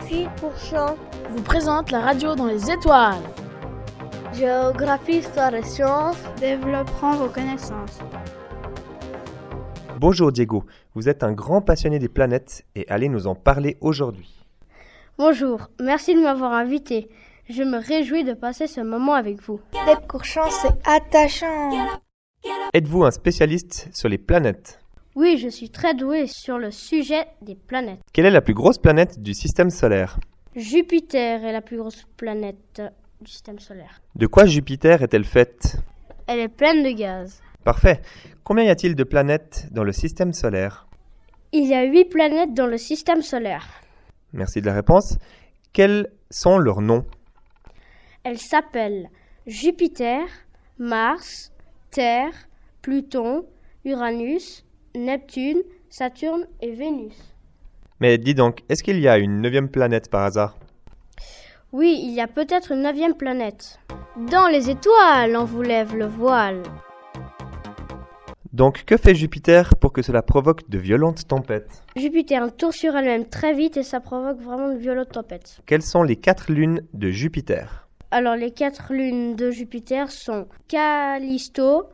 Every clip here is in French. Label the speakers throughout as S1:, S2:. S1: d'Epsetuit-Pourchamp.
S2: vous présente la radio dans les étoiles.
S1: Géographie, histoire et sciences.
S3: Développeront vos connaissances.
S4: Bonjour Diego, vous êtes un grand passionné des planètes et allez nous en parler aujourd'hui.
S5: Bonjour, merci de m'avoir invité. Je me réjouis de passer ce moment avec vous.
S6: Depcourchamp, c'est attachant.
S4: Êtes-vous un spécialiste sur les planètes
S5: Oui, je suis très doué sur le sujet des planètes.
S4: Quelle est la plus grosse planète du système solaire
S5: Jupiter est la plus grosse planète du système solaire.
S4: De quoi Jupiter est-elle faite
S5: Elle est pleine de gaz.
S4: Parfait. Combien y a-t-il de planètes dans le système solaire
S5: Il y a huit planètes dans le système solaire.
S4: Merci de la réponse. Quels sont leurs noms
S5: Elles s'appellent Jupiter, Mars, Terre, Pluton, Uranus, Neptune, Saturne et Vénus.
S4: Mais dis donc, est-ce qu'il y a une neuvième planète par hasard
S5: Oui, il y a peut-être une neuvième planète. Dans les étoiles, on vous lève le voile.
S4: Donc que fait Jupiter pour que cela provoque de violentes tempêtes
S5: Jupiter tourne sur elle-même très vite et ça provoque vraiment de violentes tempêtes.
S4: Quelles sont les quatre lunes de Jupiter
S5: Alors les quatre lunes de Jupiter sont Callisto,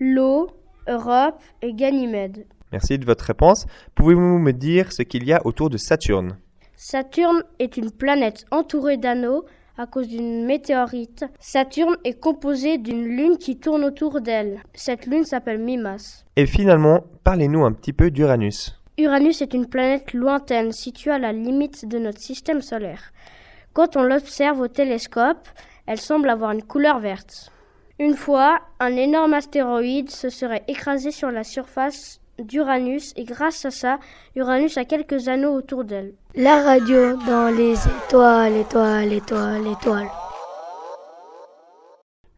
S5: Io, Europe et Ganymède.
S4: Merci de votre réponse. Pouvez-vous me dire ce qu'il y a autour de Saturne
S5: Saturne est une planète entourée d'anneaux à cause d'une météorite. Saturne est composée d'une lune qui tourne autour d'elle. Cette lune s'appelle Mimas.
S4: Et finalement, parlez-nous un petit peu d'Uranus.
S5: Uranus est une planète lointaine située à la limite de notre système solaire. Quand on l'observe au télescope, elle semble avoir une couleur verte. Une fois, un énorme astéroïde se serait écrasé sur la surface d'Uranus et grâce à ça, Uranus a quelques anneaux autour d'elle.
S6: La radio dans les étoiles, étoiles, étoiles, étoiles.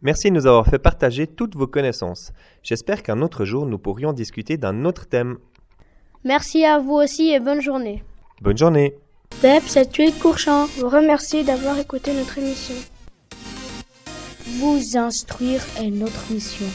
S4: Merci de nous avoir fait partager toutes vos connaissances. J'espère qu'un autre jour, nous pourrions discuter d'un autre thème.
S5: Merci à vous aussi et bonne journée.
S4: Bonne journée
S6: Depcourchamp vous remercie d'avoir écouté notre émission.
S7: Vous instruire est notre mission.